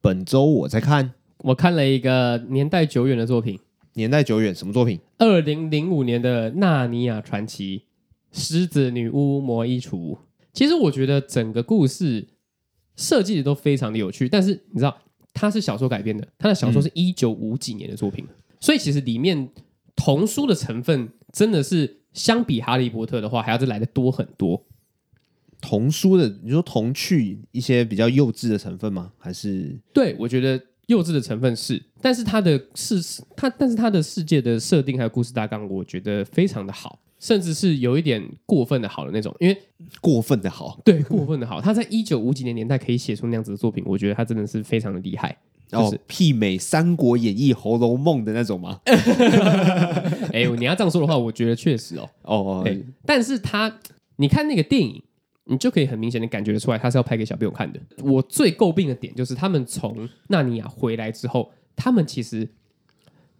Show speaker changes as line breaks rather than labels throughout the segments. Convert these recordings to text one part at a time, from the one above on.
本周我在看
我看了一个年代久远的作品，
年代久远什么作品？
二零零五年的《纳尼亚传奇：狮子女巫魔衣橱》。其实我觉得整个故事设计的都非常的有趣，但是你知道它是小说改编的，它的小说是一九五几年的作品，所以其实里面童书的成分真的是相比《哈利波特》的话还要再来的多很多。
童书的，你说童趣一些比较幼稚的成分吗？还是
对，我觉得幼稚的成分是，但是它的世它，但是它的世界的设定还有故事大纲，我觉得非常的好，甚至是有一点过分的好的那种。因为
过分的好？
对过分的好，他在一九五几年年代可以写出那样子的作品，我觉得他真的是非常的厉害。就
哦
是，
媲美《三国演义》《红楼梦》的那种吗？
哎、你要这样说的话，我觉得确实哦。
哦，
对，但是他，你看那个电影，你就可以很明显的感觉得出来，他是要拍给小朋友看的。我最诟病的点就是，他们从纳尼亚回来之后，他们其实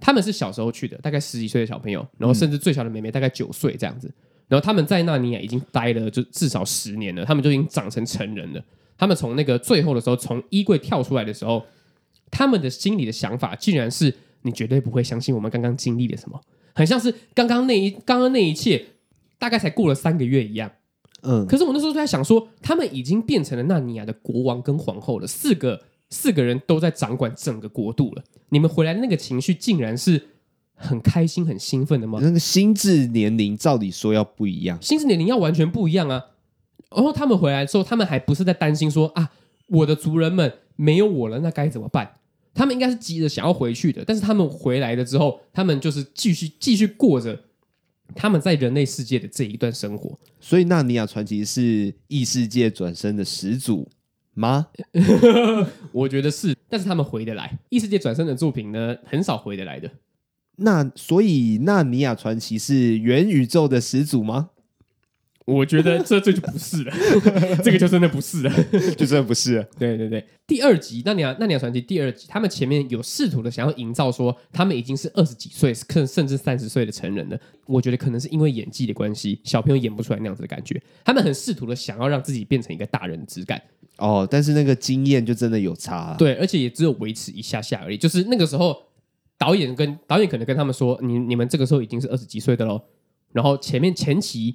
他们是小时候去的，大概十几岁的小朋友，然后甚至最小的妹妹大概九岁这样子。然后他们在纳尼亚已经待了就至少十年了，他们就已经长成成人了。他们从那个最后的时候，从衣柜跳出来的时候，他们的心里的想法竟然是：你绝对不会相信我们刚刚经历了什么，很像是刚刚那一刚刚那一切大概才过了三个月一样。
嗯，
可是我那时候就在想说，他们已经变成了纳尼亚的国王跟皇后了，四个四个人都在掌管整个国度了。你们回来的那个情绪，竟然是很开心、很兴奋的吗？
那个心智年龄照理说要不一样。
心智年龄要完全不一样啊。然后他们回来之后，他们还不是在担心说啊，我的族人们没有我了，那该怎么办？他们应该是急着想要回去的，但是他们回来了之后，他们就是继续继续过着他们在人类世界的这一段生活。
所以《纳尼亚传奇》是异世界转身的始祖吗？
我觉得是，但是他们回得来。异世界转生的作品呢，很少回得来的。
那所以《纳尼亚传奇》是元宇宙的始祖吗？
我觉得这这就不是了， 这个就真的不是了。
就真的不是。
对对对，第二集《那尼亚那尼亚传奇》第二集，他们前面有试图的想要营造说他们已经是二十几岁，甚甚至三十岁的成人了。我觉得可能是因为演技的关系，小朋友演不出来那样子的感觉。他们很试图的想要让自己变成一个大人的质感，
哦，但是那个经验就真的有差、啊。，
对，而且也只有维持一下下而已。就是那个时候，导演跟导演可能跟他们说，你你们这个时候已经是二十几岁的喽。然后前面前期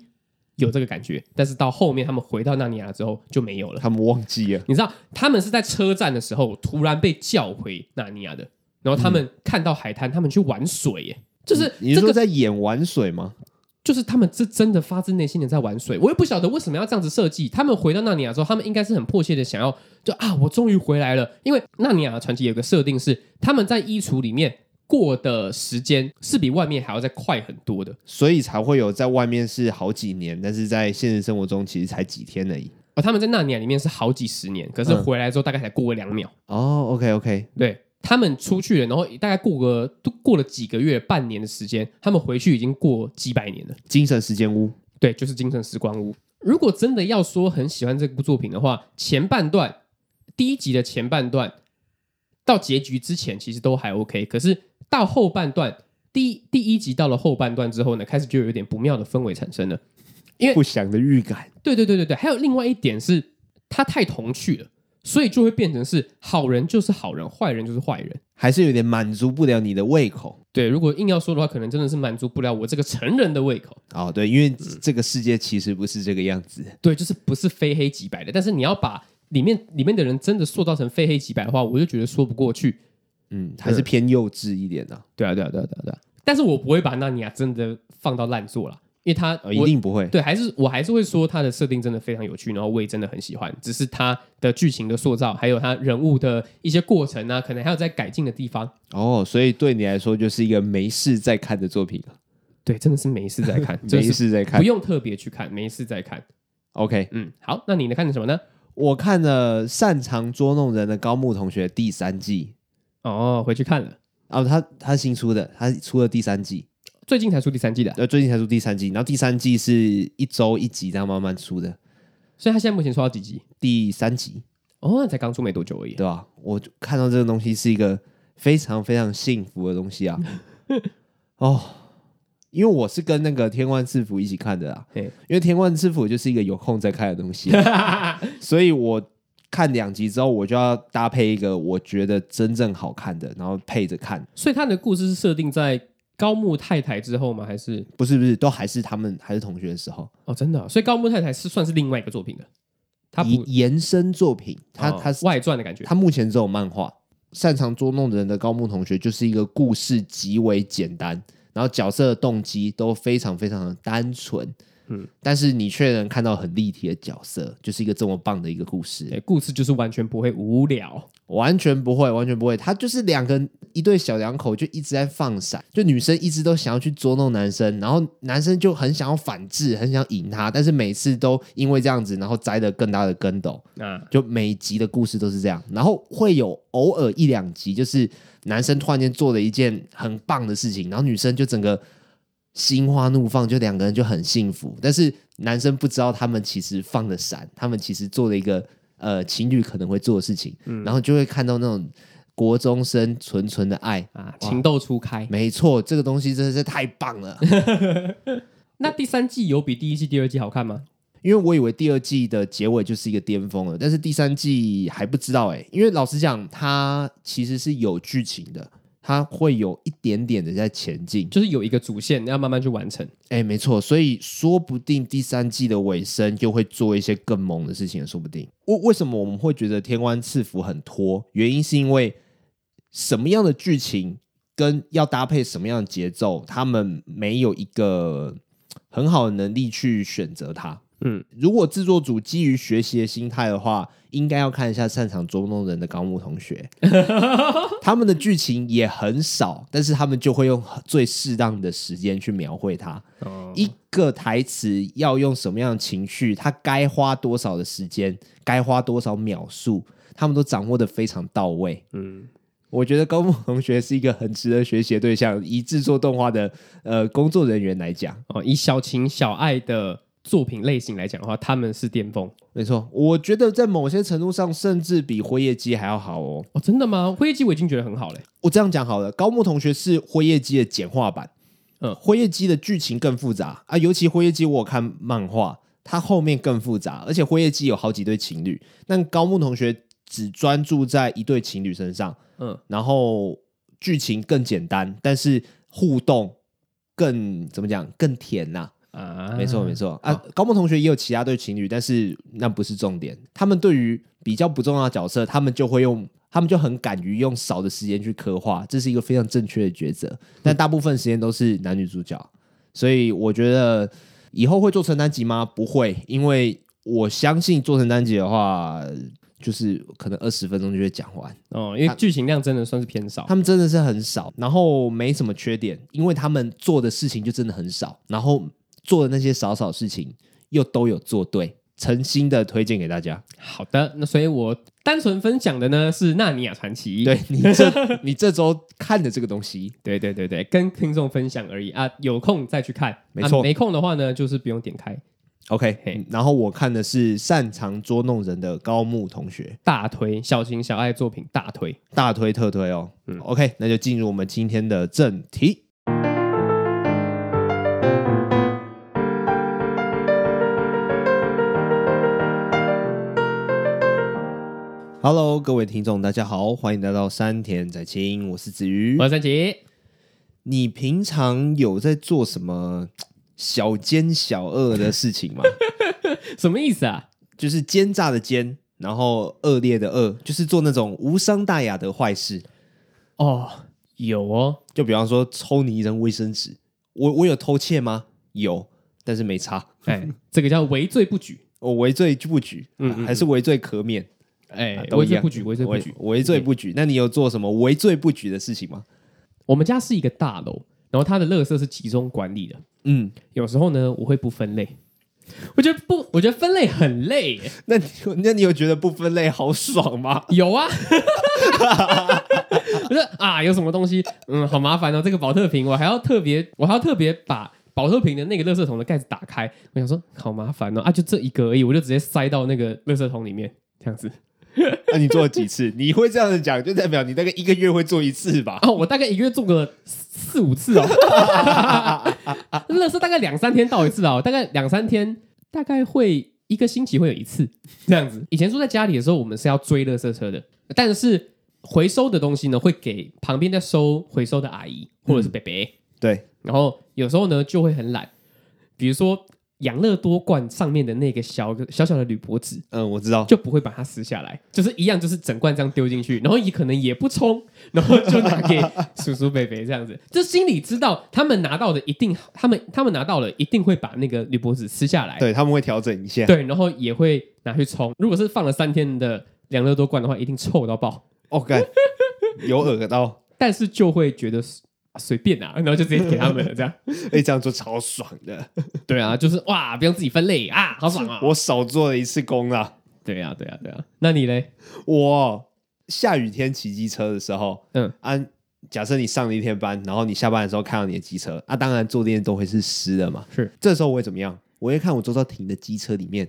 有这个感觉，但是到后面他们回到纳尼亚之后就没有了。
他们忘记了。
你知道，他们是在车站的时候突然被叫回纳尼亚的，然后他们看到海滩，他们去玩水耶。就是
嗯你
这
是说
个，
在演玩水吗？
就是他们是真的发自内心的在玩水。我也不晓得为什么要这样子设计。他们回到纳尼亚之后，他们应该是很迫切的想要，就啊，我终于回来了。因为纳尼亚的传奇有个设定是，他们在衣橱里面过的时间是比外面还要再快很多的。
所以才会有在外面是好几年，但是在现实生活中其实才几天而已。
而哦他们在纳尼亚里面是好几十年，可是
嗯
回来之后大概才过个两秒。
哦，OK OK，
对他们出去了，然后大概过个都过了几个月、半年的时间，他们回去已经过几百年了。
精神时间屋。
对，就是精神时光屋。如果真的要说很喜欢这部作品的话，前半段第一集的前半段到结局之前其实都还 OK，可是到后半段第第一集到了后半段之后呢，开始就有点不妙的氛围产生了。对
不祥的预感。
对对对对对，还有另外一点是，他太童趣了，所以就会变成是好人就是好人，坏人就是坏人。
还是有点满足不了你的胃口
对，如果硬要说的话，可能真的是满足不了我这个成人的胃口。
哦，对，因为这个世界其实不是这个样子。
对，就是不是非黑即白的。但是你要把里面里面的人真的塑造成非黑即白的话，我就觉得说不过去。
嗯，还是偏幼稚一点的、啊
对啊，对啊，对啊，对啊，对啊。但是我不会把纳尼亚真的放到烂作啦，因为他、
哦
我
一定不会。
对，还是我还是会说它的设定真的非常有趣，然后我也真的很喜欢。只是它的剧情的塑造，还有它人物的一些过程啊，可能还有在改进的地方。
哦，所以对你来说就是一个没事在看的作品啊，
对，真的是没事在 看，真
没
的是
事在
不
看。
用特别去看，没事在看。
OK，
嗯，好，那你呢看的什么呢？
我看了《擅长捉弄人的高木同学》第三季
哦，回去看了。
哦，他他新出的，他出了第三季，
最近才出第三季的啊、
呃，最近才出第三季，然后第三季是一周一集这样慢慢出的，
所以他现在目前出到几集？
第三集
哦，才刚出没多久而已。
对吧？我就看到这个东西是一个非常非常幸福的东西 啊！哦，因为我是跟那个天官赐福一起看的啊，
嘿
因为天官赐福就是一个有空在看的东西啊、所以我看两集之后，我就要搭配一个我觉得真正好看的，然后配着看。
所以他的故事是设定在高木太太之后吗？还是
不是不是，都还是他们还是同学的时候，
哦，真的啊、所以高木太太是算是另外一个作品的，他
以
不，
延伸作品，他
哦
他是
外传的感觉。
他目前只有漫画。擅长捉弄人的高木同学就是一个故事极为简单，然后角色的动机都非常非常的单纯，
嗯
嗯，但是你却能看到很立体的角色，就是一个这么棒的一个故事，
对，故事就是完全不会无聊。
完全不会，完全不会，他就是两个一对小两口就一直在放闪，就女生一直都想要去捉弄男生，然后男生就很想要反制，很想赢他，但是每次都因为这样子，然后栽了更大的跟斗，
啊，
就每一集的故事都是这样，然后会有偶尔一两集，就是男生突然间做了一件很棒的事情，然后女生就整个心花怒放，就两个人就很幸福。但是男生不知道他们其实放了闪，他们其实做了一个呃情侣可能会做的事情，然后就会看到那种国中生纯纯的爱。
啊，情窦初开。
没错，这个东西真的是太棒了。
那第三季有比第一季、第二季好看吗？
因为我以为第二季的结尾就是一个巅峰了，但是第三季还不知道哎、因为老实讲，它其实是有剧情的，它会有一点点的在前进。
就是有一个主线要慢慢去完成。
哎，没错，所以说不定第三季的尾声就会做一些更猛的事情，说不定。为为什么我们会觉得《天官赐福》很拖？原因是因为什么样的剧情跟要搭配什么样的节奏，他们没有一个很好的能力去选择它。
嗯，
如果制作组基于学习的心态的话，应该要看一下擅长捉弄人的高木同学，他们的剧情也很少，但是他们就会用最适当的时间去描绘它。
哦，
一个台词要用什么样的情绪，它该花多少的时间，该花多少秒数，他们都掌握的非常到位。
嗯，
我觉得高木同学是一个很值得学习的对象，以制作动画的呃工作人员来讲。
哦，以小情小爱的作品类型来讲的话，他们是巅峰
没错，我觉得在某些程度上，甚至比辉夜姬还要好哦。
哦，真的吗？灰机我已经觉得很好嘞，
我这样讲好了，高木同学是辉夜姬的简化版，
嗯
嗯，辉夜姬的剧情更复杂啊，尤其辉夜姬我有看漫画，它后面更复杂，而且辉夜姬有好几对情侣，但高木同学只专注在一对情侣身上，
嗯
嗯，然后剧情更简单，但是互动更怎么讲更甜呐、
啊，
没错，没错啊。高梦同学也有其他对情侣，但是那不是重点。他们对于比较不重要的角色，他们就会用，他们就很敢于用少的时间去刻画，这是一个非常正确的抉择。但大部分时间都是男女主角，所以我觉得以后会做成单集吗？不会，因为我相信做成单集的话，就是可能二十分钟就会讲完。
哦，因为剧情量真的算是偏少
他们真的是很少，然后没什么缺点，因为他们做的事情就真的很少，然后做的那些少少事情又都有做对，诚心的推荐给大家。
好的，那所以我单纯分享的呢是《纳尼亚传奇》。
对你这你这周看的这个东西，
对对对对，跟听众分享而已啊，有空再去看。
没错
啊没空的话呢，就是不用点开，
OK，
嘿
嗯然后我看的是擅长捉弄人的高木同学，
大推小情小爱作品大推。
大推特推哦。OK，那就
嗯
进入我们今天的正题。Hello，各位听众，大家好，欢迎来到山田仔清，我是子瑜
我。是三杰，
你平常有在做什么小奸小恶的事情吗？
什么意思啊？
就是奸诈的奸，然后恶劣的恶，就是做那种无伤大雅的坏事。
哦，有 哦，
就比方说抽你一张卫生纸，我我有偷窃吗？有，但是没差，
哎，这个叫为罪不举。
我为罪不举，
嗯
啊
嗯
还是为罪可免，
哎，
啊都
为
一
罪
样
不举，为罪不
为
举。
为罪不举。那嗯你有做什么为罪不举的事情吗？
我们家是一个大楼，然后它的垃圾是集中管理的。
嗯，
有时候呢，我会不分类，我觉得不，我觉得分类很累耶。
那你那你有觉得不分类好爽吗？
有啊， 我说啊，有什么东西，嗯，好麻烦哦。这个保特瓶，我还要特别，我还要特别把保特瓶的那个垃圾桶的盖子打开。我想说，好麻烦哦，啊，就这一个而已，我就直接塞到那个垃圾桶里面，这样子。
那你做了几次？你会这样子讲，就代表你大概一个月会做一次吧？
哦，我大概一个月做个四五次哦， 啊垃圾大概两三天到一次哦，大概两三天，大概会一个星期会有一次这样子。以前住在家里的时候，我们是要追垃圾车的，但是回收的东西呢，会给旁边在收回收的阿姨或者是伯伯。
对，
然后有时候呢就会很懒，比如说养乐多罐上面的那个小小小的铝箔纸，
嗯，我知道，
就不会把它撕下来，就是一样，就是整罐这样丢进去，然后也可能也不冲，然后就拿给叔叔伯伯这样子。就心里知道他们拿到的一定，他们他们拿到了一定会把那个铝箔纸撕下来，
对他们会调整一下，
对然后也会拿去冲。如果是放了三天的养乐多罐的话，一定臭到爆，
哦， 干，有耳到，
但是就会觉得随随便啊，然后就直接给他们了这样。
哎，这样做超爽 的，
对啊，就是哇，不用自己分类啊，好爽啊！
我少做了一次工啊，
对啊，对啊，对啊。那你嘞？
我下雨天骑机车的时候，
嗯
啊，假设你上了一天班，然后你下班的时候看到你的机车，啊，当然坐垫都会是湿的嘛。
是，
这时候我会怎么样？我会看我周遭停的机车里面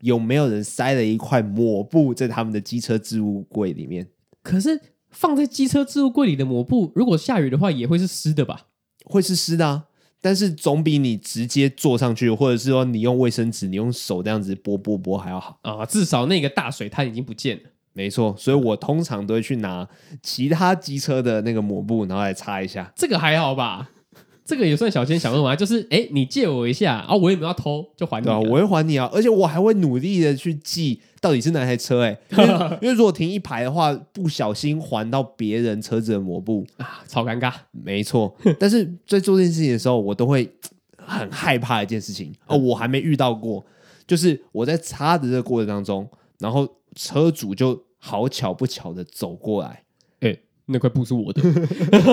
有没有人塞了一块抹布在他们的机车置物柜里面，
可是放在机车置物柜里的抹布，如果下雨的话，也会是湿的吧？
会是湿的啊。但是总比你直接坐上去，或者是说你用卫生纸，你用手这样子拨拨拨还要好。
啊，至少那个大水滩已经不见了。
没错，所以我通常都会去拿其他机车的那个抹布，然后来擦一下。
这个还好吧？ 这个也算小奸小恶嘛，就是哎，你借我一下啊，我也没有要偷，就还你
对
啊、
啊，我会还你啊，而且我还会努力的去记到底是哪台车哎、 因为因为如果停一排的话，不小心还到别人车子的抹布，
啊，超尴尬。
没错。但是在做这件事情的时候，我都会很害怕一件事情
嗯
哦，我还没遇到过，就是我在擦的这个过程当中，然后车主就好巧不巧的走过来，
哎，那块布是我的，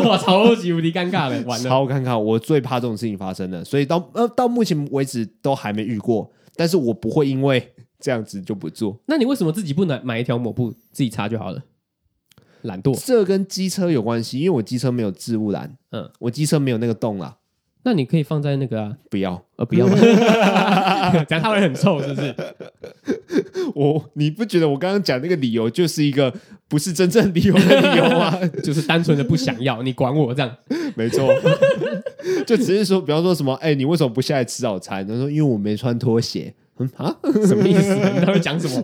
哇， 超级无敌尴尬的，完了。
超尴尬，我最怕这种事情发生了，所以到呃到目前为止都还没遇过，但是我不会因为这样子就不做。
那你为什么自己不能买一条抹布自己擦就好了？懒惰。
这跟机车有关系，因为我机车没有置物篮，
嗯，
我机车没有那个洞啦，
那你可以放在那个啊，
不要
呃，不要 嘛，这样它会很臭，是不 是？
我，你不觉得我刚刚讲那个理由就是一个不是真正理由的理由吗？
就是单纯的不想要，你管我这样。
没错， 就只是说，比方说什么，哎、你为什么不下来吃早餐？他说因为我没穿拖鞋。 嗯啊，
什么意思？你到底讲什么？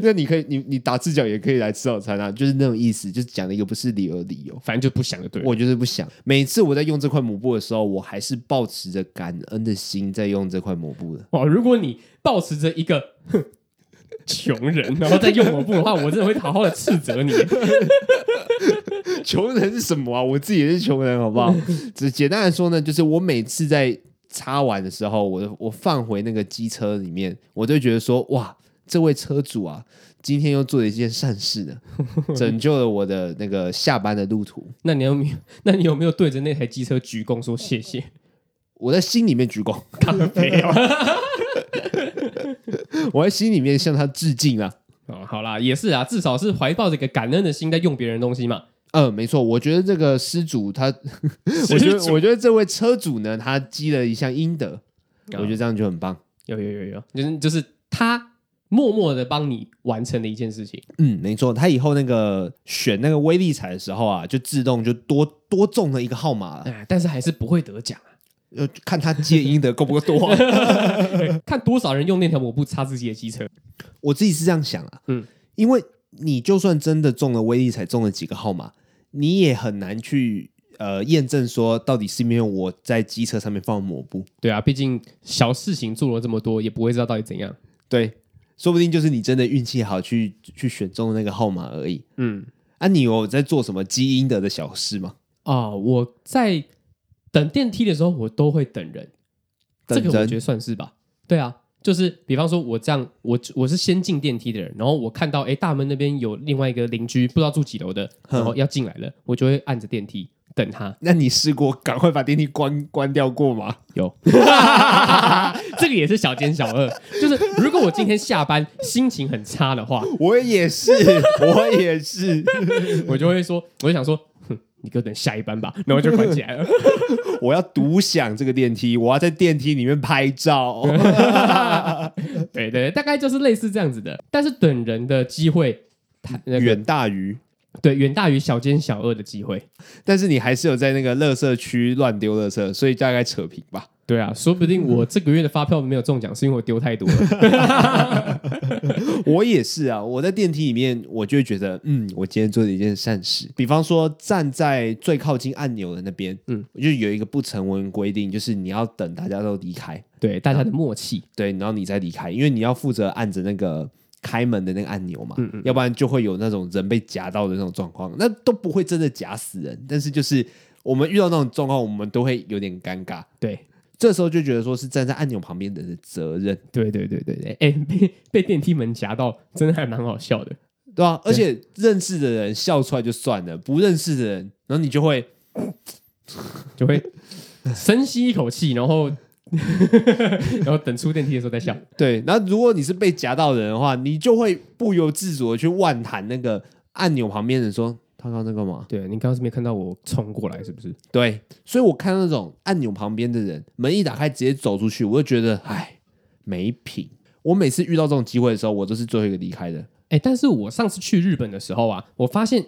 那你可以，你你打赤脚也可以来吃早餐啊，就是那种意思，就是讲了一个不是理由的理由。
反正就不想就对了。
我就是不想。每次我在用这块抹布的时候，我还是保持着感恩的心在用这块抹布的。
哇，哦如果你抱持着一个哼穷人，然后再用抹布的话，我真的会好好的斥责你。
穷人是什么啊？我自己也是穷人，好不好？只简单来说呢，就是我每次在擦完的时候，我我放回那个机车里面，我就觉得说，哇，这位车主啊，今天又做了一件善事呢，拯救了我的那个下班的路途。
那你有没有？那你有没有对着那台机车鞠躬说谢谢？
我在心里面 鞠躬，
没有。
我在心里面向他致敬啊。
哦，好啦，也是啊，至少是怀抱着一个感恩的心在用别人的东西嘛。
嗯，没错，我觉得这个失主他， 我觉得我觉得这位车主呢，他积了一项阴德，
啊
我觉得这样就很棒。
有有有有，就是就是他默默的帮你完成的一件事情。
嗯，没错，他以后那个选那个威力彩的时候啊，就自动就多多中了一个号码了，
哎，但是还是不会得奖啊！
呃，看他接阴德够不够多、啊。
看多少人用那条抹布擦自己的机车。
我自己是这样想啊，嗯
嗯，
因为你就算真的中了威力彩，中了几个号码，你也很难去呃验证说到底是因为我在机车上面放抹布，
对啊，毕竟小事情做了这么多，也不会知道到底怎样。
对，说不定就是你真的运气好去去选中了那个号码而已。
嗯，
啊，你有在做什么积阴德的小事吗？
啊、我在等电梯的时候，我都会等人，
等
这个我
人
觉得算是吧。对啊，就是比方说，我这样，我我是先进电梯的人，然后我看到哎大门那边有另外一个邻居，不知道住几楼的，
哼
然后要进来了，我就会按着电梯等他。
那你试过赶快把电梯关关掉过吗？
有，这个也是小奸小恶，就是如果我今天下班心情很差的话，
我也是， 我也是，
我就会说，我就想说，哼，你给我等下一班吧，然后就关起来了。
我要独享这个电梯，我要在电梯里面拍照。
对对，大概就是类似这样子的。但是等人的机会，他那个
远大于，
对远大于小奸小恶的机会。
但是你还是有在那个垃圾区乱丢垃圾，所以大概扯平吧。
对啊，说不定我这个月的发票没有中奖，是因为我丢太多了。
我也是啊，我在电梯里面，我就会觉得，嗯，我今天做了一件善事。比方说，站在最靠近按钮的那边，嗯
嗯，
就有一个不成文规定，就是你要等大家都离开，
对，大家的默契，
对，然后你再离开，因为你要负责按着那个开门的那个按钮嘛，要不然就会有那种人被夹到的那种状况，那都不会真的夹死人，但是就是我们遇到那种状况，我们都会有点尴尬。
对，
这时候就觉得说是站在按钮旁边的人的责任，
对对对对对，哎、被被电梯门夹到，真的还蛮好笑的。
对吧、而且认识的人笑出来就算了，不认识的人，然后你就会
就会深吸一口气，然后 然后等出电梯的时候再笑。
对，然后如果你是被夹到的人的话，你就会不由自主的去妄谈那个按钮旁边的人说他刚刚在干嘛？
对你刚刚是没看到我冲过来，是不是？
对，所以我看到那种按钮旁边的人，门一打开直接走出去，我就觉得唉，没品。我每次遇到这种机会的时候，我都是最后一个离开的。
哎，但是我上次去日本的时候啊，我发现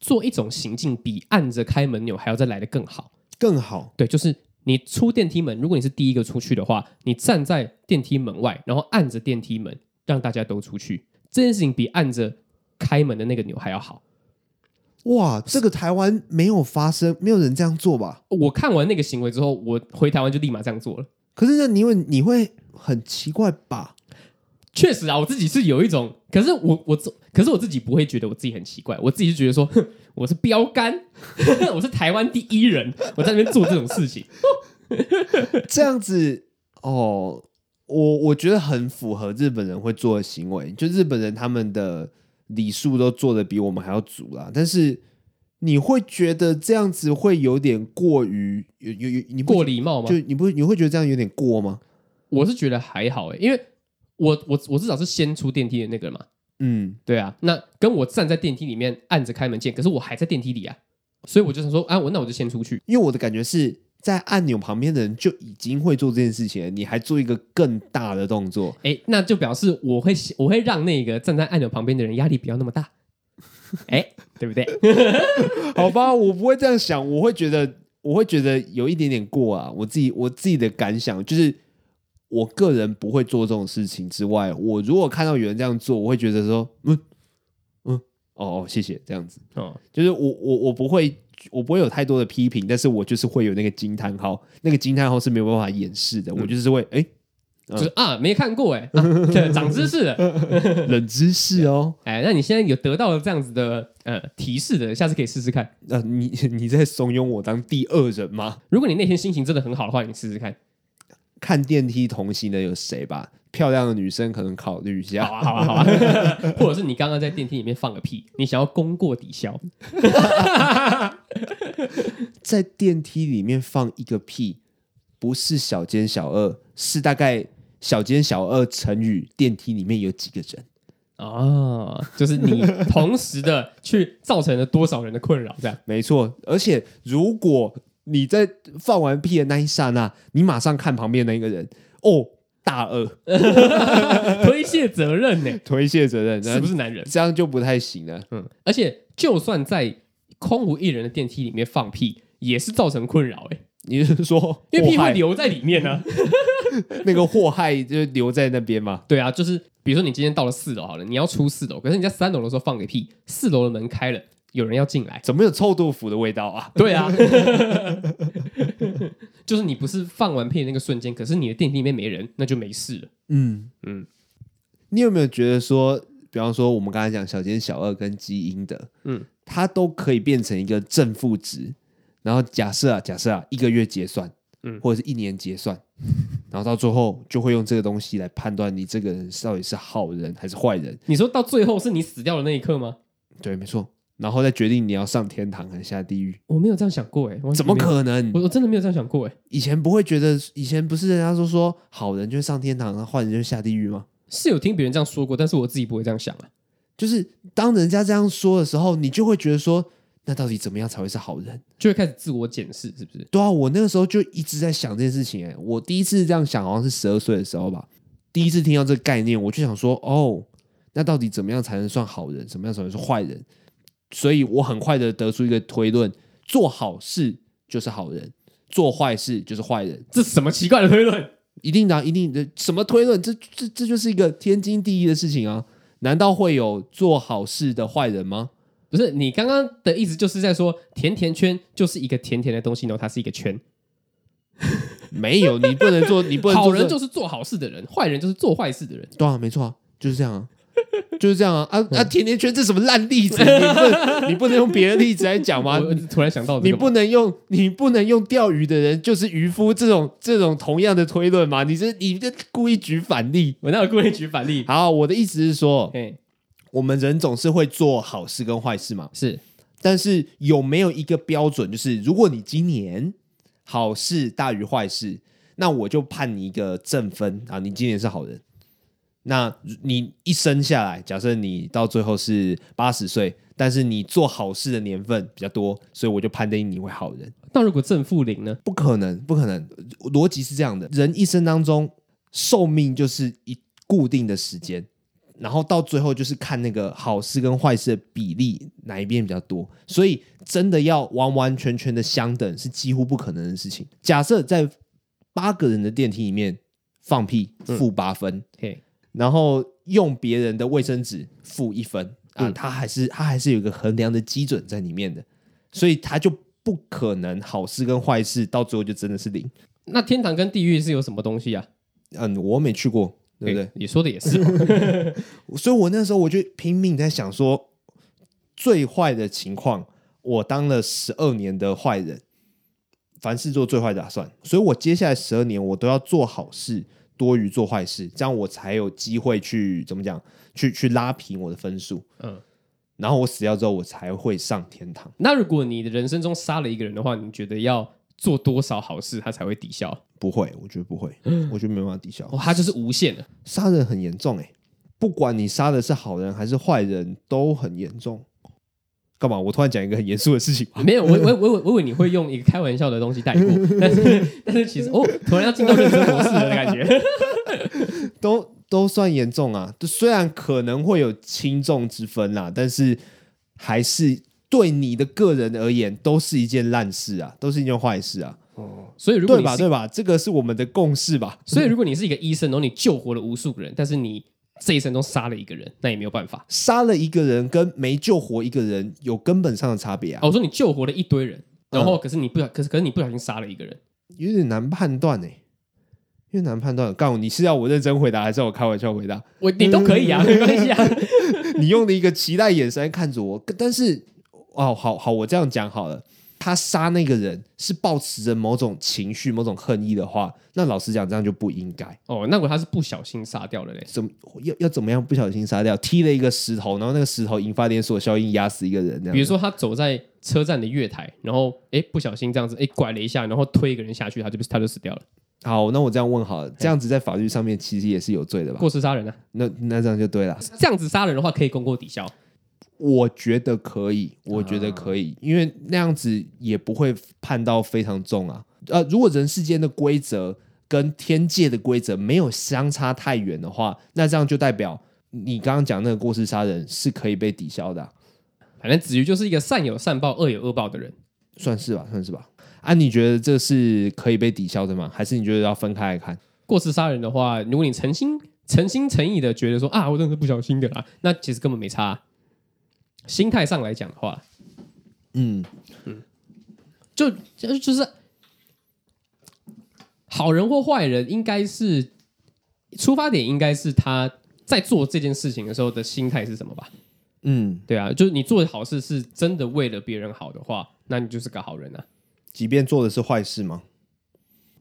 做一种行径比按着开门钮还要再来的更好。
更好，
对，就是你出电梯门，如果你是第一个出去的话，你站在电梯门外，然后按着电梯门，让大家都出去，这件事情比按着开门的那个钮还要好。
哇，这个台湾没有发生，没有人这样做吧？
我看完那个行为之后，我回台湾就立马这样做了。
可是呢，你会你会很奇怪吧？
确实啊，我自己是有一种，可是我我自可是我自己不会觉得我自己很奇怪，我自己是觉得说，哼，我是标杆， 我是台湾第一人，我在那边做这种事情，
这样子哦，我我觉得很符合日本人会做的行为，就日本人他们的礼数都做的比我们还要足啦。但是你会觉得这样子会有点过于有有有你不
过礼貌吗
就？你不你会觉得这样有点过吗？
我是觉得还好诶、因为我我我至少是先出电梯的那个人嘛，
嗯，
对啊，那跟我站在电梯里面按着开门键，可是我还在电梯里啊，所以我就想说，啊，我那我就先出去，
因为我的感觉是在按钮旁边的人就已经会做这件事情了，你还做一个更大的动作，
哎，那就表示我会我会让那个站在按钮旁边的人压力不要那么大，哎，对不对？
好吧？我不会这样想，我会觉得我会觉得有一点点过啊。我自己我自己的感想就是，我个人不会做这种事情之外，我如果看到有人这样做，我会觉得说，嗯嗯，哦哦，谢谢，这样子。
哦，
就是我我我不会我不会有太多的批评，但是我就是会有那个惊叹号，那个惊叹号是没有办法掩饰
嗯
的，我就是会 哎、
就是啊，没看过哎、啊 对长知识了。
冷知识哦，
哎，那你现在有得到了这样子的呃提示的，下次可以试试看。
呃你你在怂恿我当第二人吗？
如果你那天心情真的很好的话，你试试看。
看电梯同行的有谁吧？漂亮的女生可能考虑一下。
好啊，好啊，好啊。 或者是你刚刚在电梯里面放个屁，你想要功过抵消，
在电梯里面放一个屁，不是小奸小恶，是大概小奸小恶乘以电梯里面有几个人。
哦，就是 你同时的去造成了多少人的困扰，这样。
没错，而且如果你在放完屁的那一刹那，你马上看旁边那个人，哦，大恶，
推卸责任 呢、
推卸责任，
是不
是？
是男人？
这样就不太行了。
嗯，而且就算在空无一人的电梯里面放屁，也是造成困扰哎、
你是说，
因为屁
祸
会
害
留在里面啊 呢、
那个祸害就留在那边嘛？
对啊，就是比如说你今天到了四楼好了，你要出四楼，可是你在三楼的时候放个屁，四楼的门开了，有人要进来。
怎么有臭豆腐的味道啊？
对啊， 就是你不是放完屁的那个瞬间，可是你的电梯里面没人，那就没事了。
嗯嗯
嗯，
你有没有觉得说，比方说我们刚才讲小奸小恶跟基因的，嗯
嗯，
它都可以变成一个正负值。然后假设啊，假设啊，一个月结算，嗯，
嗯
或者是一年结算，然后到最后就会用这个东西来判断你这个人到底是好人还是坏人。
你说到最后是你死掉的那一刻吗？
对，没错。然后再决定你要上天堂还是下地狱，
我没有这样想过哎、我完全
怎么
没有？
可能？
我我真的没有这样想过哎、
以前不会觉得，以前不是人家说说好人就会上天堂，然后坏人就会下地狱吗？
是有听别人这样说过，但是我自己不会这样想啊。
就是当人家这样说的时候，你就会觉得说，那到底怎么样才会是好人？
就会开始自我检视，是不是？
对啊，我那个时候就一直在想这件事情、欸。我第一次这样想，好像是十二岁的时候吧，第一次听到这个概念，我就想说，哦，那到底怎么样才能算好人？怎么样才能是坏人？所以我很快的得出一个推论：做好事就是好人，做坏事就是坏人，
这什么奇怪的推论？
一定的啊、一定的什么推论？这这这就是一个天经地义的事情啊！难道会有做好事的坏人吗？
不是你刚刚的意思，就是在说甜甜圈就是一个甜甜的东西，然后它是一个圈。
没有，你不能做， 你不能
好
做这
人就是做好事的人，坏人就是嗯做坏事的人。
对啊，没错啊，就是这样啊，就是这样啊 啊啊！甜甜圈这什么烂例子？你 不能你不能用别的例子来讲吗？
我突然想到这
你
个嘛，
不能用你不能用钓鱼的人就是渔夫这种这种同样的推论吗？你这你这故意举反例。
我那有故意举 反例。
好，我的意思是说，
哎，
我们人总是会做好事跟坏事嘛，
是
但是有没有一个标准？就是如果你今年好事大于坏事，那我就判你一个正分啊，你今年是好人。那你一生下来，假设你到最后是八十岁，但是你做好事的年份比较多，所以我就判定你为好人。
那如果正负零呢？
不可能，不可能。逻辑是这样的：人一生当中，寿命就是一固定的时间，然后到最后就是看那个好事跟坏事的比例哪一边比较多。所以，真的要完完全全的相等是几乎不可能的事情。假设在八个人的电梯里面放屁，负八分。
嘿，
然后用别人的卫生纸付一分啊，
嗯
他还是他还是有一个衡量的基准在里面的，所以他就不可能好事跟坏事到最后就真的是零。
那天堂跟地狱是有什么东西啊？
嗯，我没去过，对不对
嘿？？你说的也是。哦
所以我那时候我就拼命在想说，最坏的情况，我当了十二年的坏人，凡事做最坏打算，所以我接下来十二年我都要做好事多于做坏事，这样我才有机会去怎么讲，去去拉平我的分数。
嗯，
然后我死掉之后，我才会上天堂。
那如果你的人生中杀了一个人的话，你觉得要做多少好事他才会抵消？
不会，我觉得不会，我觉得没办法抵消。
哦，他就是无限的。
杀人很严重哎、不管你杀的是好人还是坏人，都很严重。干嘛？我突然讲一个很严肃的事情吗？
没有，我我我我我以为你会用一个开玩笑的东西带过，但是但是其实哦，突然要进到认真模式了的感觉。
都都算严重啊。就虽然可能会有轻重之分啦，但是还是对你的个人而言，都是一件烂事啊，都是一件坏事啊，
所以如果
对
你
吧？
是哦
对吧？这个是我们的共识吧？
所以如果你是一个医生，然后你救活了无数个人，但是你这一生中杀了一个人，那也没有办法。
杀了一个人跟没救活一个人有根本上的差别啊
哦，，我说你救活了一堆人，然
嗯
后可是你不小，可是可是你不小心杀了一个人，
有点难判断哎、有点难判断。干，你是要我认真回答，还是要我开玩笑回答？
我你都可以啊，没关系啊。
你用的一个期待眼神看着我，但是哦，好好，我这样讲好了。他杀那个人是抱持着某种情绪、某种恨意的话，那老实讲，这样就不应该。
哦，那我他是不小心杀掉了嘞。
怎么要要怎么样不小心杀掉？踢了一个石头，然后那个石头引发连锁效应，压死一个人。这
比如
样
说他走在车站的月台，然后哎不小心这样子哎拐了一下，然后推一个人下去，他就他就死掉了，
好，那我这样问好了，这样子在法律上面其实也是有罪的吧？
过失杀人啊。
那那这样就对了。
这样子杀人的话可以功过抵消。
我觉得可以，我觉得可以，因为那样子也不会判到非常重啊。呃，如果人世间的规则跟天界的规则没有相差太远的话，那这样就代表你刚刚讲那个过失杀人是可以被抵消的啊、
反正子瑜就是一个善有善报、恶有恶报的人。
算是吧，算是吧。啊，你觉得这是可以被抵消的吗？还是你觉得要分开来看？
过失杀人的话，如果你诚心、诚心诚意的觉得说啊，我真的是不小心的啦，那其实根本没差啊、心态上来讲的话，
嗯，
就就就是好人或坏人，应该是出发点应该是他在做这件事情的时候的心态是什么吧？
嗯，
对啊，就是你做的好事是真的为了别人好的话，那你就是个好人啊。
即便做的是坏事吗？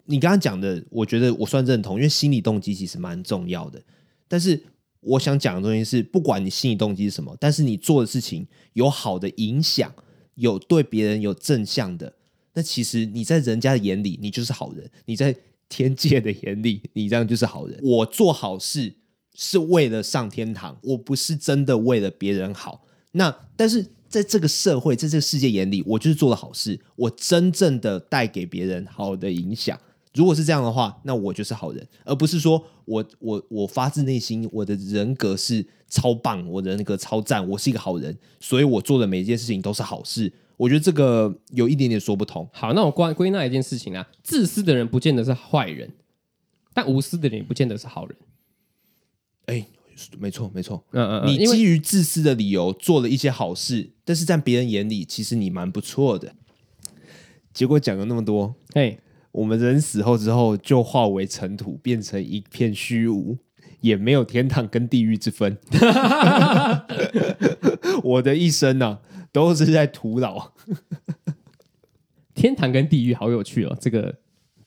你刚刚讲的，我觉得我算认同，因为心理动机其实蛮重要的。但是我想讲的东西是，不管你心理动机是什么，但是你做的事情有好的影响，有对别人有正向的，那其实你在人家的眼里，你就是好人；你在天界的眼里，你这样就是好人。我做好事是为了上天堂，我不是真的为了别人好。那但是在这个社会，在这个世界眼里，我就是做了好事，我真正的带给别人好的影响。如果是这样的话，那我就是好人，而不是说我我我发自内心，我的人格是超棒，我的人格超赞，我是一个好人，所以我做的每一件事情都是好事，我觉得这个有一点点说不通。
好，那我归归纳一件事情啊，自私的人不见得是坏人，但无私的人也不见得是好人。
哎，没错没错，
嗯嗯嗯，
你
因为
基于自私的理由做了一些好事，但是在别人眼里，其实你蛮不错的。结果讲了那么多，
哎，
我们人死后之后就化为尘土，变成一片虚无，也没有天堂跟地狱之分。 我的一生呢、啊都是在徒劳。
天堂跟地狱好有趣哦，这个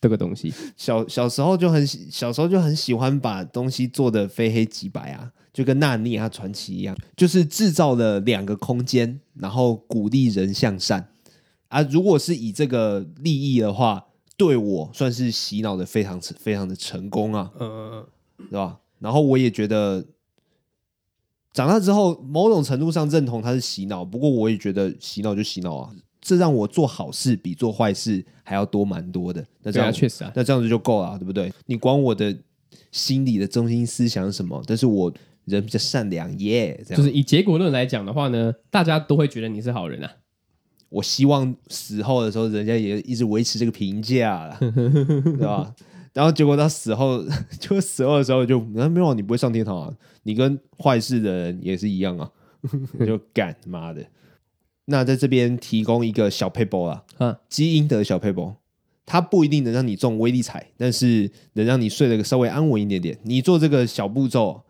这个东西。
小小时候就很喜小时候就很喜欢把东西做的非黑即白啊，就跟《纳尼亚传奇》一样，就是制造了两个空间，然后鼓励人向善啊。如果是以这个利益的话，对我算是洗脑的非常非常的成功啊。
嗯，
对吧？然后我也觉得，长大之后某种程度上认同他是洗脑，不过我也觉得洗脑就洗脑啊，这让我做好事比做坏事还要多蛮多的。那这
对啊，
样、
确实啊，
那这样子就够了啊、对不对？你管我的心里的中心思想是什么，但是我人比较善良耶这样
就是以结果论来讲的话呢，大家都会觉得你是好人啊。
我希望死后的时候，人家也一直维持这个评价啦， 对吧？然后结果到死后， 就死后的时候就，啊没有，你不会上天堂啊，你跟坏事的人也是一样啊，就干妈的。那在这边提供一个小 paper 啦，
啊，
基因的小 paper，它不一定能让你中威力彩，但是能让你睡得稍微安稳一点点。你做这个小步骤，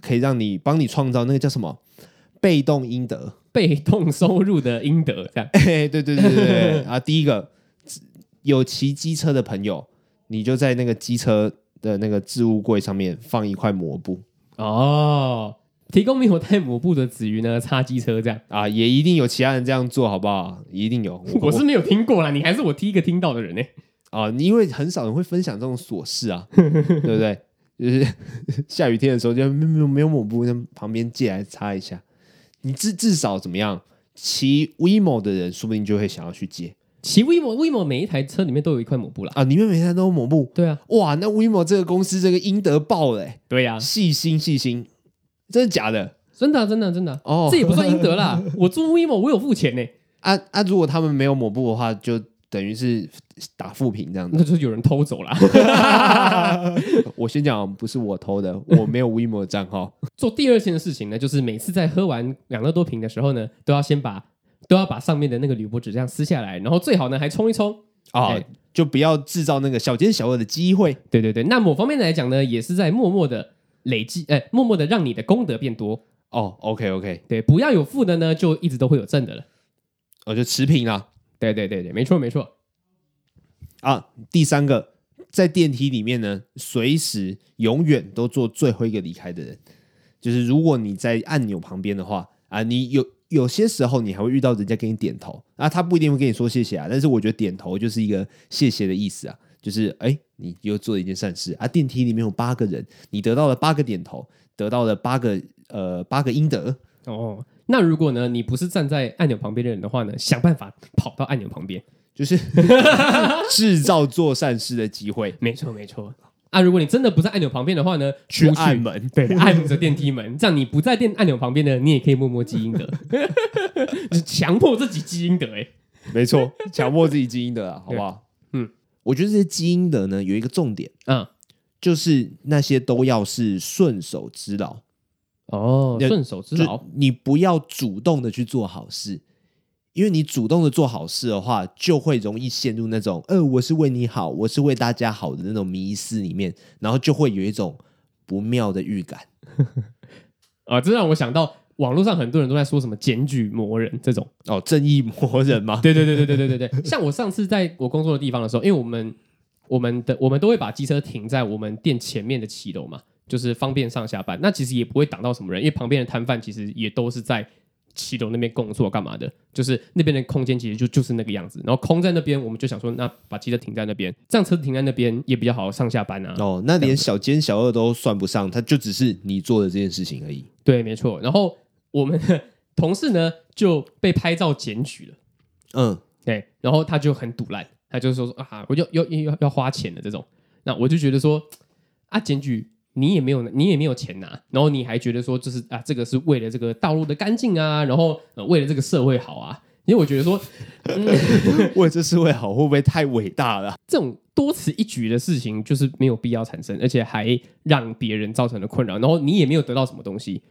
可以让你帮你创造那个叫什么被动应得。
被动收入的应得这样。
嘿， 对对对对对啊！第一个有骑机车的朋友，你就在那个机车的那个置物柜上面放一块抹布
哦，提供没有带抹布的子瑜呢，擦机车这样。
啊，也一定有其他人这样做，好不好？一定 有，
我是没有听过啦，你还是我第一个听到的人呢、
啊，你因为很少人会分享这种琐事 啊，对不对？ 就是下雨天的时候，就没有没有没有抹布，那旁边借来擦一下。你至至少怎么样？骑 WeMo 的人，说不定就会想要去借
骑 WeMo WeMo 每一台车里面都有一块抹布啦。
啊！里面每天都有抹布，
对啊，
哇！那 WeMo 这个公司，这个应得爆嘞、
对呀、啊，
细心细心，真的假的？
真的啊、真的啊、真的啊、
哦
这也不算应得啦。我租 WeMo 我有付钱呢、
啊啊！如果他们没有抹布的话，就等于是打负评这样
那
子。
就是有人偷走啦。
我先讲，不是我偷的，我没有 WeMo 账号。
做第二件事情呢，就是每次在喝完养乐多瓶的时候呢，都要先把都要把上面的那个铝箔纸这样撕下来，然后最好呢还冲一冲。
啊
哎，
就不要制造那个小奸小恶的机会。
对对对，那某方面来讲呢，也是在默默的累积，哎、默默的让你的功德变多。
哦，OK OK，
对，不要有负的呢，就一直都会有正的了。
我就持平啦。
对对对对，没错没错。
啊，第三个，在电梯里面呢，随时永远都做最后一个离开的人。就是如果你在按钮旁边的话，啊，你有有些时候你还会遇到人家给你点头，啊，他不一定会跟你说谢谢啊，但是我觉得点头就是一个谢谢的意思啊，就是哎，你又做了一件善事啊。电梯里面有八个人，你得到了八个点头，得到了八个呃八个应得。
哦，那如果呢，你不是站在按钮旁边的人的话呢，想办法跑到按钮旁边。
就是 制造做善事的机会，
没错没错。啊，如果你真的不在按钮旁边的话呢，
去
出
按门，
对， 按着电梯门，这样你不在电按钮旁边呢，你也可以默默积阴德， 就是强迫自己积阴德、欸。
没错，强迫自己基因的啊，好不好？
嗯，
我觉得这些基因的呢，有一个重点，
嗯，
就是那些都要是顺手之劳，
哦，
那
顺手之
就
劳。
你不要主动的去做好事，因为你主动的做好事的话，就会容易陷入那种“呃，我是为你好，我是为大家好的”那种迷思里面，然后就会有一种不妙的预感。
啊，这让我想到网络上很多人都在说什么检举魔人这种。
哦，正义魔人吗？ 嗯
对对对对对对对对。像我上次在我工作的地方的时候，因为我们我们的我们都会把机车停在我们店前面的骑楼嘛，就是方便上下班。那其实也不会挡到什么人，因为旁边的摊贩其实也都是在骑楼那边工作干嘛的，就是那边的空间其实就就是那个样子。然后空在那边，我们就想说，那把机车停在那边，这样车停在那边也比较好上下班啊。
哦，那连小奸小恶都算不上，他就只是你做的这件事情而已。
对，没错。然后我们的同事呢就被拍照检举了。
嗯，
对，然后他就很堵烂，他就说说啊，我就要要要花钱的这种，那我就觉得说啊，检举你也没有你也没有钱拿，然后你还觉得说就是啊，这个是为了这个道路的干净啊，然后、呃为了这个社会好啊，因为我觉得说
为这社会好，会不会太伟大了？
这种多此一举的事情就是没有必要产生，而且还让别人造成了困扰，然后你也没有得到什么东西。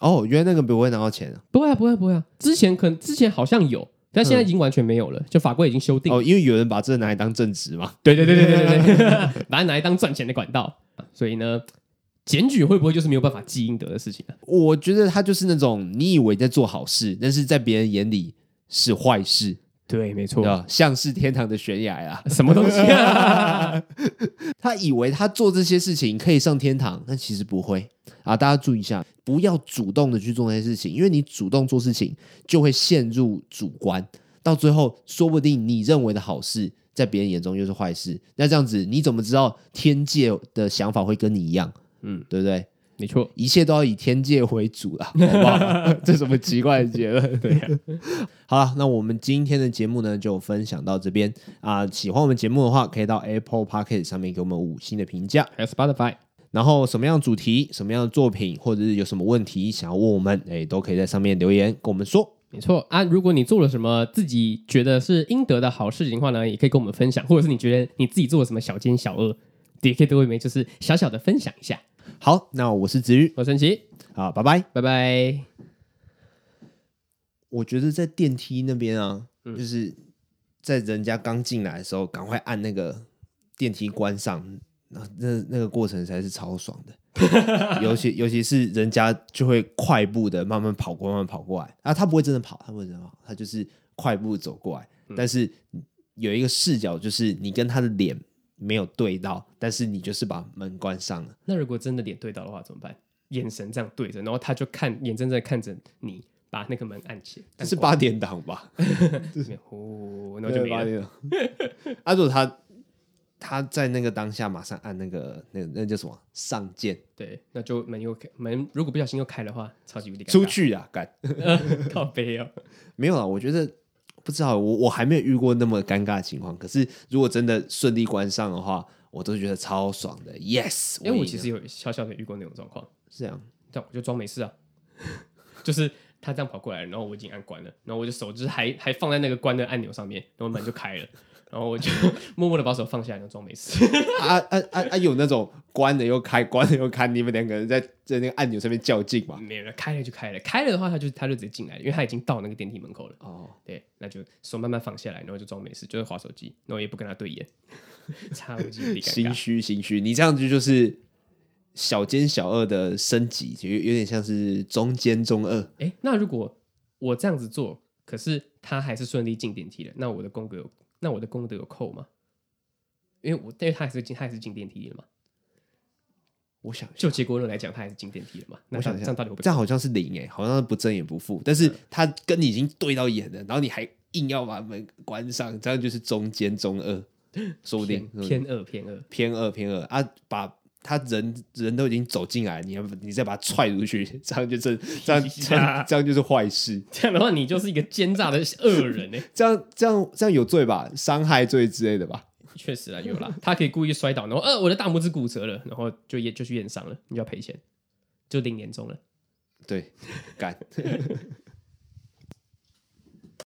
哦，原来那个不会拿到钱啊
不会啊，不会啊、不会啊，之前可能之前好像有，但现在
嗯
已经完全没有了，就法规已经修订了。
哦，因为有人把这个拿来当正职嘛。
对对对对对对对， 把它拿来当赚钱的管道。所以呢，检举会不会就是没有办法积阴德的事情啊？
我觉得他就是那种你以为在做好事，但是在别人眼里是坏事，
对，没错
对吧？像是天堂的悬崖啊，
什么东西啊？
他以为他做这些事情可以上天堂，但其实不会啊！大家注意一下，不要主动的去做那些事情，因为你主动做事情就会陷入主观，到最后说不定你认为的好事，在别人眼中又是坏事。那这样子，你怎么知道天界的想法会跟你一样？嗯
嗯，
对不对？
没错，
一切都要以天界为主啦，好不好？ 这什么奇怪的结论？对、啊好了，那我们今天的节目呢，就分享到这边啊、喜欢我们节目的话，可以到 Apple p o c k e t 上面给我们五星的评价。
还有 Spotify，
然后什么样的主题、什么样的作品，或者是有什么问题想要问我们，哎，都可以在上面留言跟我们说。
没错啊。如果你做了什么自己觉得是应得的好事情的话呢，也可以跟我们分享，或者是你觉得你自己做了什么小奸小恶，也可以对我们就是小小的分享一下。
好，那我是子瑜
我是陈奇，
啊，拜拜。
拜拜。
我觉得在电梯那边啊，就是在人家刚进来的时候，赶快按那个电梯关上，那那那个过程才是超爽的。尤其尤其是人家就会快步的慢慢跑过，慢慢跑过来啊，他不会真的跑，他不会真的跑，他就是快步走过来。但是有一个视角，就是你跟他的脸没有对到，但是你就是把门关上了。
那如果真的脸对到的话怎么办？眼神这样对着，然后他就看眼睁睁地看着你把那个门按起来，
这是八点档吧？
没有 哦，然后就没了。
了。 阿祖啊他他在那个当下马上按那个那那叫什么上键
对，那就门又开门，如果不小心又开的话，超级无敌尴尬
出去啊，干
靠背哦。
没有啊？我觉得不知道，我我还没有遇过那么尴尬的情况。可是如果真的顺利关上的话，我都觉得超爽的。Yes，
因为
赢
我
了
其实有小小的遇过那种状况，
是这样，
但我就装没事啊， 就是他这样跑过来，然后我已经按关了，然后我就手就是还还放在那个关的按钮上面，然后门就开了，然后我就 默默的把手放下来，然后装没事。
啊啊啊啊！有那种关了又开，关了又开，你们两个人在在那个按钮上面较劲嘛？
没有了，开了就开了，开了的话他就他就直接进来了，因为他已经到那个电梯门口了。
哦，
对，那就手慢慢放下来，然后就装没事，就是划手机，然后也不跟他对眼， 超级无敌尴
心
尬。
虚心虚，你这样子就是小奸小恶的升级，就有有点像是中间中二。
哎，那如果我这样子做，可是他还是顺利进电梯了，那我的功德有，那我的功德有扣吗？因为我，因为他还是进，他还是进电梯了嘛。
我想一下
就结果论来讲，他还是进电梯了嘛。那
我
他
想一
这
下
样到底会不
这
会？
样好像是零哎、好像是不正也不负，但
嗯
是他跟你已经对到眼了，然后你还硬要把门关上，这样就是中间中二，说不定
偏偏恶偏恶，
偏二偏二啊，把他人人都已经走进来，你要你再把他踹出去，这样就是这 样这样这样就是坏事，
这样的话你就是一个奸诈的恶人欸呢、
这样这样这样有罪吧，伤害罪之类的吧。
确实啊，有啦，他可以故意摔倒，然后呃我的大拇指骨折了，然后就验就去验伤了，你就要赔钱，就领年终了。
对，干。